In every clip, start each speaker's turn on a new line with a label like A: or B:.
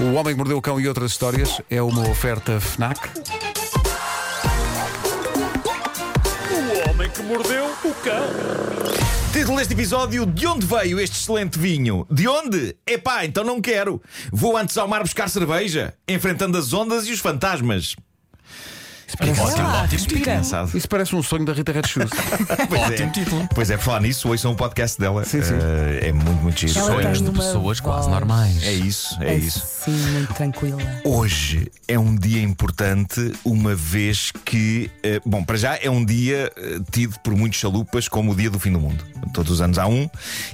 A: O Homem que Mordeu o Cão e outras histórias é uma oferta FNAC.
B: O homem que mordeu o cão.
C: Título deste episódio: De onde veio este excelente vinho? De onde? Epá, então não quero. Vou antes ao mar buscar cerveja, enfrentando as ondas e os fantasmas.
A: parece-
C: Ótimo,
D: lá,
C: ótimo,
D: respira.
C: engraçado.
A: Isso parece um sonho da Rita Red Shoes.
C: Pois
D: Ótimo
C: é.
D: título.
C: Pois é, por falar nisso, ouçam o podcast dela.
A: Sim, sim.
C: Eh, é muito, muito giro.
D: Sonhos
C: É-
D: tem de
E: uma
D: pessoas quase
E: voz.
D: normais.
C: É isso, é isso.
E: Sim, muito tranquila.
C: Hoje é um dia importante, uma vez que, eh, bom, para já é um dia eh, tido por muitos chalupas como o dia do fim do mundo. Todos os anos há um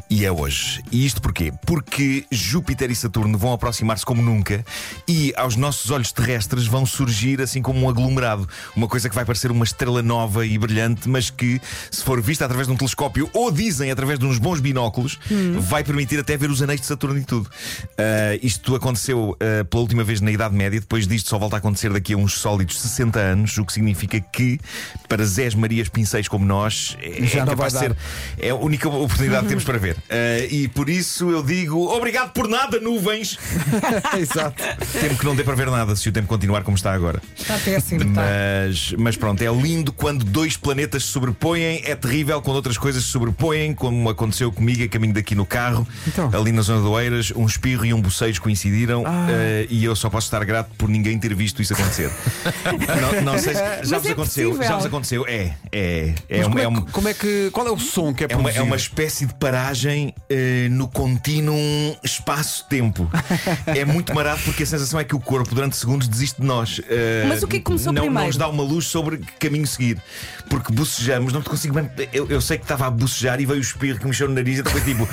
C: e é hoje. E isto porquê? Porque Júpiter e Saturno vão aproximar-se como nunca e aos nossos olhos terrestres vão surgir assim como um aglomerado. Uma coisa que vai parecer uma estrela nova e brilhante, mas que, se for vista através de um telescópio ou dizem através de uns bons binóculos, vai permitir até ver os anéis de Saturno e tudo. Ah, isto aconteceu ah, pela última vez na Idade Média, depois disto só volta a acontecer daqui a uns sólidos 60 anos, o que significa que, para Zés Marias Pinceis como nós, é,
A: Já
C: é
A: não
C: capaz de
A: vai
C: ser é a única oportunidade que temos para ver. Ah, e por isso eu digo obrigado por nada, nuvens.
A: Exato.
C: Temo que não dê para ver nada se o tempo continuar como está agora.
E: Está
A: é
E: péssimo,
A: tá?
E: está.
C: Mas, mas pronto, é lindo quando dois planetas se sobrepõem, é terrível quando outras coisas se sobrepõem, como aconteceu comigo a caminho daqui no carro,
A: Então? Ah.
C: ali na zona do Oeiras, um espirro e um bocejo coincidiram eh, e eu só posso estar grato por ninguém ter visto isso acontecer. não, não sei se já
E: Mas
C: vos
E: é
C: aconteceu. Já
E: possível.
C: vos aconteceu, é, é, é,
A: Mas
C: um-
A: como, é,
C: é um-
A: que- como é que. Qual é o som que é
C: é uma,
A: produzido?
C: é uma espécie de paragem eh, no contínuo espaço-tempo. é muito marado porque a sensação é que o corpo, durante segundos, desiste de nós. Eh,
E: Mas o que é que começou
C: não, Não
E: primeiro?
C: nos dá uma luz sobre que caminho seguir. Porque bocejamos, não te consigo. man- Eu, eu sei que estava a bocejar e veio o espirro que mexeu no nariz e depois tipo.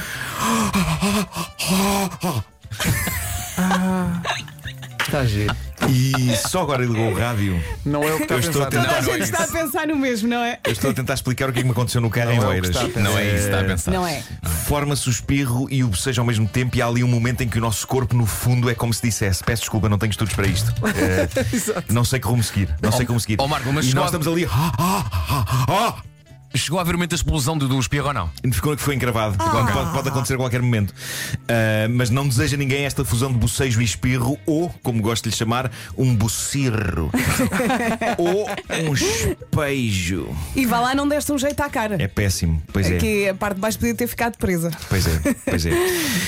A: Está a giro.
C: E só agora ligou o rádio.
A: Não é o que está
C: Eu
A: a
C: estou
A: pensar.
C: a
E: Toda
C: tentar-
E: a
C: não,
E: gente
C: é
E: está a
C: isso.
E: pensar no mesmo, não é?
C: Eu estou a tentar explicar o que é que me aconteceu no carro
A: Não
C: em
A: é o que
C: Oeiras.
A: está a
D: Não é isso, está a pensar.
E: Não é?
C: Forma-se o espirro e o bocejo ao mesmo tempo, e há ali um momento em que o nosso corpo, no fundo, é como se dissesse: Peço desculpa, não tenho estudos para isto. Eh, não sei que rumo seguir. Não sei como seguir.
D: ó, Marco, mas
C: e
D: chegou
C: nós
D: a-
C: estamos ali. "Ah, ah, ah, ah",
D: Chegou a haver momento da explosão do, do espirro ou não?
C: e Ficou que foi encravado. Pode, pode acontecer a qualquer momento. Eh, mas não deseja ninguém esta fusão de bocejo e espirro, ou, como gosto de lhe chamar, um bocirro. ou um espejo.
E: E vá lá, não deste um jeito à cara.
C: É péssimo. Pois é.
E: Que a parte de baixo podia ter ficado presa.
C: Pois é, pois é.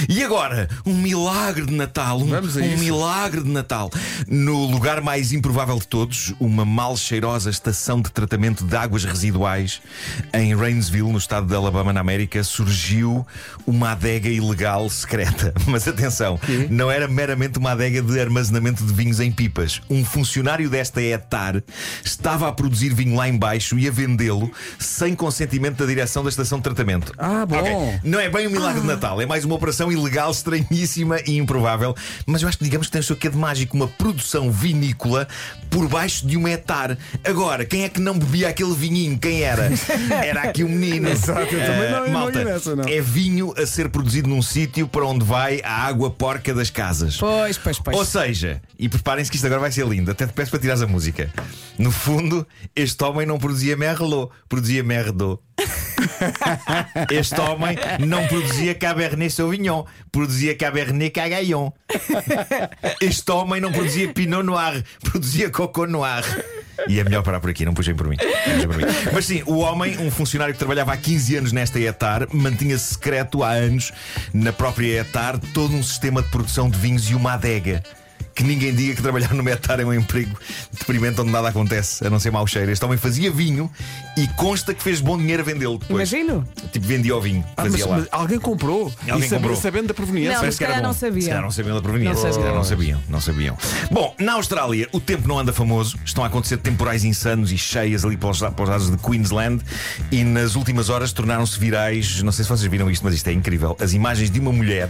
C: E agora, um milagre de Natal. Um,
A: Vamos a
C: um
A: isso.
C: milagre de Natal. No lugar mais improvável de todos, uma mal cheirosa estação de tratamento de águas residuais em Rainsville, no estado de Alabama, na América, surgiu uma adega ilegal secreta. Mas atenção, não era meramente uma adega de armazenamento de vinhos em pipas. Um funcionário desta etar estava a produzir vinho lá embaixo e a vendê-lo sem consentimento da direção da estação de tratamento.
A: Ah, bom. Ah.
C: Ok. Não é bem um milagre de Natal, é mais uma operação ilegal, estranhíssima e improvável. Mas eu acho que digamos que tem o seu quê de mágico, uma produção vinícola por baixo de um hectare. Agora, quem é que não bebia aquele vinhinho? Quem era? Era aqui um menino.
A: Exato, eu também não- eu
C: Ah,
A: não
C: malta,
A: ia nessa, não.
C: é vinho a ser produzido num sítio para onde vai a água porca das casas.
E: Pois, pois, pois.
C: Ou seja, e preparem-se que isto agora vai ser lindo, até te peço para tirares a música. No fundo, este homem não produzia Merlot, produzia Merdo. Este homem não produzia Cabernet Sauvignon, produzia Cabernet Cagaillon. Este homem não produzia Pinot Noir, produzia Coco Noir. E é melhor parar por aqui, não puxem por mim. Não puxem por mim. Mas sim, o homem, um funcionário que trabalhava há 15 anos nesta ETAR, mantinha-se secreto há anos, na própria ETAR, todo um sistema de produção de vinhos e uma adega. Que ninguém diga que trabalhar no Metar é um emprego deprimente onde nada acontece, a não ser mau cheiro. Este homem fazia vinho e consta que fez bom dinheiro a vendê-lo depois.
E: Imagino.
C: Tipo, vendia o vinho,
A: Ah,
C: fazia
A: mas,
C: lá.
A: mas alguém comprou
C: Alguém
A: e sabe-
C: comprou.
A: sabendo da
E: Não,
A: proveniência.
E: mas se calhar
C: bom.
E: não sabia.
C: Se calhar não sabiam da proveniência.
E: Não
C: se calhar
E: sabiam.
C: não sabiam, não sabiam. Bom, na Austrália o tempo não anda famoso. Estão a acontecer temporais insanos e cheias ali para os, para os lados de Queensland. E nas últimas horas tornaram-se virais, não sei se vocês viram isto, mas isto é incrível. As imagens de uma mulher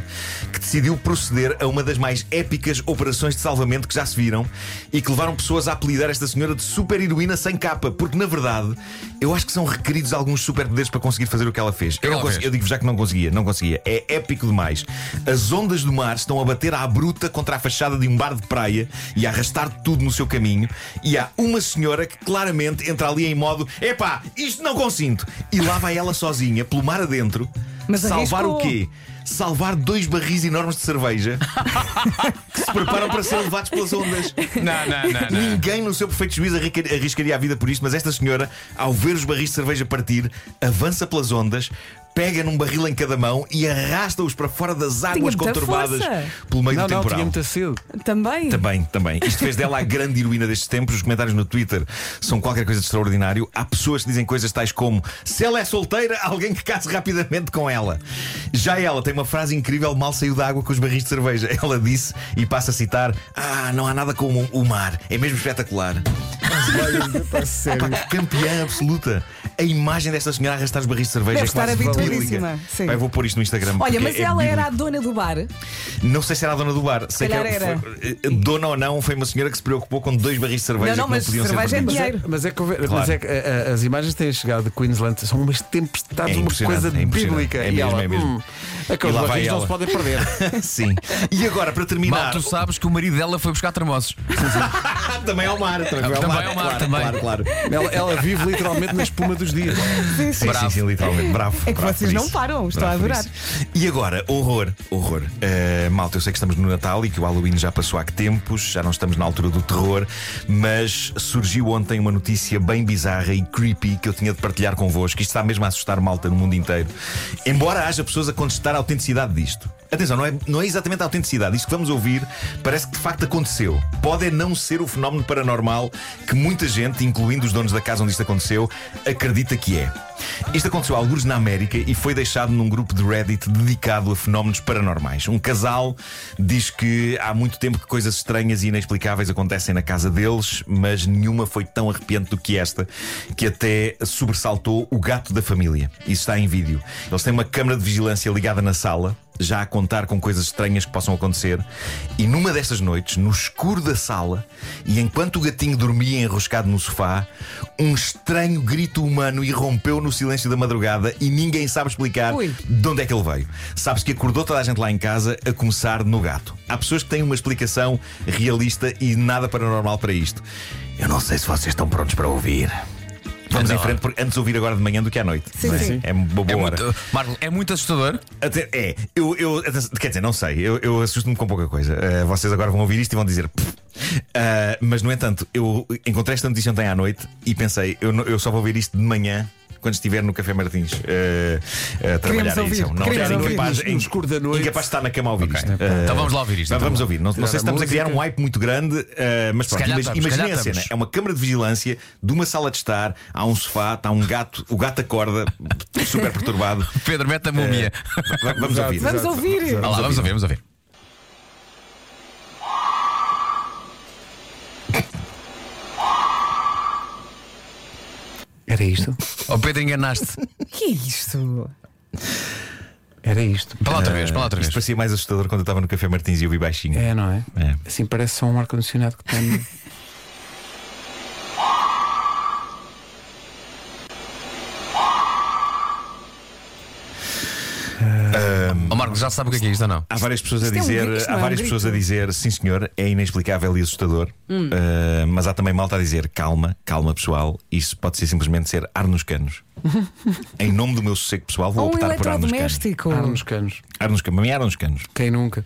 C: que decidiu proceder a uma das mais épicas operações de salvamento que já se viram e que levaram pessoas a apelidar esta senhora de super heroína sem capa. Porque na verdade eu acho que são requeridos alguns superpoderes para conseguir fazer o que ela fez. Eu, não
D: Talvez.
C: consigo- eu digo-vos já que não conseguia, não conseguia. É épico demais. As ondas do mar estão a bater à bruta contra a fachada de um bar de praia e a arrastar tudo no seu caminho. E há uma senhora que claramente entra ali em modo: epá, isto não consinto! E lá vai ela sozinha, pelo mar adentro,
E: Mas
C: salvar
E: arriscou.
C: o quê? Salvar dois barris enormes de cerveja que se preparam para ser levados pelas ondas.
D: Não, não, não, não.
C: Ninguém no seu perfeito juízo arrisca- arriscaria a vida por isto, mas esta senhora, ao ver os barris de cerveja partir, avança pelas ondas, pega num barril em cada mão e arrasta-os para fora das águas
E: muita
C: conturbadas
E: força.
C: pelo meio
A: Não,
C: do
A: não,
C: temporal.
A: tinha muita sede.
E: Também?
C: Também, também. Isto fez dela a grande heroína destes tempos. Os comentários no Twitter são qualquer coisa de extraordinário. Há pessoas que dizem coisas tais como: se ela é solteira, alguém que case rapidamente com ela. Já ela tem uma frase incrível: mal saiu da água com os barris de cerveja. Ela disse, e passa a citar: Ah, não há nada como o mar. É mesmo espetacular. Ah, Pá, que campeã absoluta. A imagem desta senhora a arrastar os barris de cerveja é
E: Deve
C: quase
E: estar habituadíssima,
C: bíblica.
E: sim.
C: Pá, eu vou pôr isto no Instagram.
E: Olha,
C: porque
E: mas
C: é
E: ela
C: bíblico.
E: era a dona do bar.
C: Não sei se era a dona do bar. Sei que
E: calhar era.
C: foi- eh, dona ou não, foi uma senhora que se preocupou com dois barris de cerveja
E: Não, não,
C: que não
E: mas
C: podiam
E: cerveja
C: ser
E: é
C: vendidos.
A: Mas é,
E: Dinheiro.
A: mas é que, houve-
C: Claro.
A: mas é que, a- a- as imagens que têm chegado de Queensland são umas tempestades,
C: É
A: uma
C: impressionante,
A: coisa
C: é impressionante.
A: bíblica.
C: É
A: e
C: mesmo,
A: ela,
C: é mesmo.
A: hum, aqueles
C: E lá vai
A: barris não
C: ela.
A: se podem perder.
C: Sim. E agora, para
D: Mal
C: terminar.
D: tu sabes que o marido dela foi buscar termossos.
C: Ah, também ao mar. Também, vai ao
D: Também
C: mar,
D: ao mar,
C: claro,
D: também.
C: Claro, claro.
A: ela, ela vive literalmente na espuma dos dias.
C: Sim, sim, sim, literalmente. Bravo.
E: É que
C: bravo
E: vocês
C: por
E: não
C: isso.
E: param, estou
C: Bravo
E: a
C: por
E: adorar.
C: isso. E agora, horror, horror. Uh, malta, eu sei que estamos no Natal e que o Halloween já passou há que tempos, já não estamos na altura do terror, mas surgiu ontem uma notícia bem bizarra e creepy que eu tinha de partilhar convosco. Isto está mesmo a assustar malta no mundo inteiro. Embora haja pessoas a contestar a autenticidade disto. Atenção, não é, não é exatamente a autenticidade. Isto que vamos ouvir parece que de facto aconteceu. Pode é não ser o fenómeno paranormal que muita gente, incluindo os donos da casa onde isto aconteceu, acredita que é. Isto aconteceu alguns na América e foi deixado num grupo de Reddit dedicado a fenómenos paranormais. Um casal diz que há muito tempo que coisas estranhas e inexplicáveis acontecem na casa deles, mas nenhuma foi tão arrepiante do que esta, que até sobressaltou o gato da família. Isso está em vídeo. Eles têm uma câmara de vigilância ligada na sala já a contar com coisas estranhas que possam acontecer. E numa dessas noites, no escuro da sala, e enquanto o gatinho dormia enroscado no sofá, um estranho grito humano irrompeu no silêncio da madrugada e ninguém sabe explicar
E: Ui.
C: de onde é que ele veio. Sabes que acordou toda a gente lá em casa, a começar no gato. Há pessoas que têm uma explicação realista e nada paranormal para isto. Eu não sei se vocês estão prontos para ouvir. Vamos em
D: Adoro.
C: frente, porque antes de ouvir agora de manhã do que à noite.
E: Sim,
C: Não é?
E: sim.
C: É uma boa
D: É
C: hora.
D: muito, Marco, é muito assustador.
C: Até- é, eu, eu- atenção, quer dizer, não sei, eu, eu assusto-me com pouca coisa. Eh, vocês agora vão ouvir isto e vão dizer. "Pff". Ah, mas, no entanto, eu encontrei esta notícia ontem à noite e pensei, eu, não- eu só vou ouvir isto de manhã. Quando estiver no Café Martins eh, a trabalhar
E: ouvir,
C: a edição. Não,
E: queremos
C: era
E: ouvir.
C: incapaz,
A: No escuro da noite.
C: incapaz de estar na cama a ouvir isto. Eh,
D: Então vamos lá ouvir isto.
C: mas
D: então.
C: vamos ouvir. Não, não sei se
A: a
C: estamos a criar um
A: música.
C: hype muito grande, eh, mas pronto,
D: calhar
C: imag-
D: estamos, se
C: imaginem
D: calhar
C: a cena.
D: estamos.
C: É uma câmara de vigilância de uma sala de estar, há um sofá, está um gato, o gato acorda, super perturbado.
D: Pedro, mete a múmia.
C: Va- É. Vamos ouvir.
E: Vamos ouvir.
D: Vá lá, vamos ouvir, vamos ouvir.
A: Era isto?
D: Oh, Pedro, enganaste.
E: O que é isto?
A: Era isto.
D: Para lá outra vez, para lá outra
C: É. Isto
D: vez.
C: parecia mais assustador quando eu estava no Café Martins e eu vi baixinho.
A: É, não é?
C: É.
A: Assim parece só um ar-condicionado que tem.
D: Oh, Marco, já sabe o que é que é isto ou não?
C: Há várias pessoas a
E: Isto é um
C: dizer,
E: grito, isto não
C: há
E: é um
C: várias
E: grito. Hum.
C: pessoas a dizer, sim senhor, é inexplicável e assustador. Ah, mas há também malta a dizer, calma, calma pessoal, isso pode ser simplesmente ser ar nos canos. em nome do meu sossego pessoal, vou
E: Ou um
C: optar por ar nos canos.
E: eletrodoméstico.
A: Ar nos canos.
C: Ar nos canos, para mim é ar nos canos.
A: Quem nunca?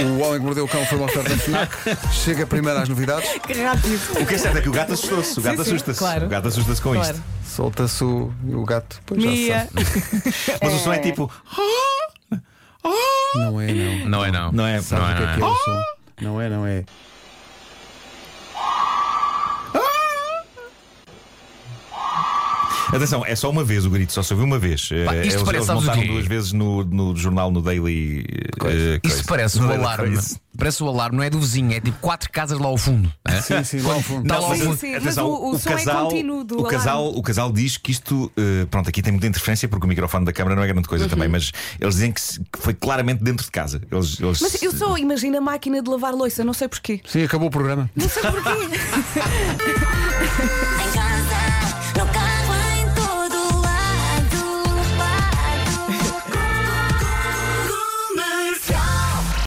A: o Homem que Mordeu o Cão foi uma oferta FNAC. Chega primeiro às novidades.
E: Que rápido.
C: O que é certo é que o gato assustou-se, o gato
E: Sim, sim,
C: assusta-se.
E: claro.
C: O gato assusta-se com
E: Claro.
C: isto.
A: Solta-se o, o gato. Pois já se
E: Mia.
A: sabe.
C: Mas o som é tipo,
A: Não é, não.
D: Não é, não.
C: não é?
A: Sabe o que é que é o som? Não é, não é.
C: Atenção, é só uma vez o grito, só se ouviu uma vez.
D: Pá,
C: Eh,
D: isto
C: eles,
D: parece,
C: eles
D: sabes o
C: montaram
D: quê?
C: duas vezes no, no jornal, no Daily. eh, coisa. um é,
D: Isso parece
C: No
D: o
C: Daily
D: alarme.
C: Coisa.
D: Parece o alarme, não é do vizinho, é tipo quatro casas lá ao fundo. é?
A: Sim, sim, lá ao fundo.
D: Tá lá ao
E: Sim,
C: um
D: fundo.
E: sim, mas o- o som é contínuo do
C: o casal, o casal diz que isto, eh, pronto, aqui tem muita interferência porque o microfone da câmara não é grande coisa também,
E: Uhum.
C: mas eles dizem que, se- que foi claramente dentro de casa. Eles, eles-
E: Mas eu só imagino a máquina de lavar louça, não sei porquê.
A: Sim, acabou o programa.
E: Não sei porquê.
F: Em casa,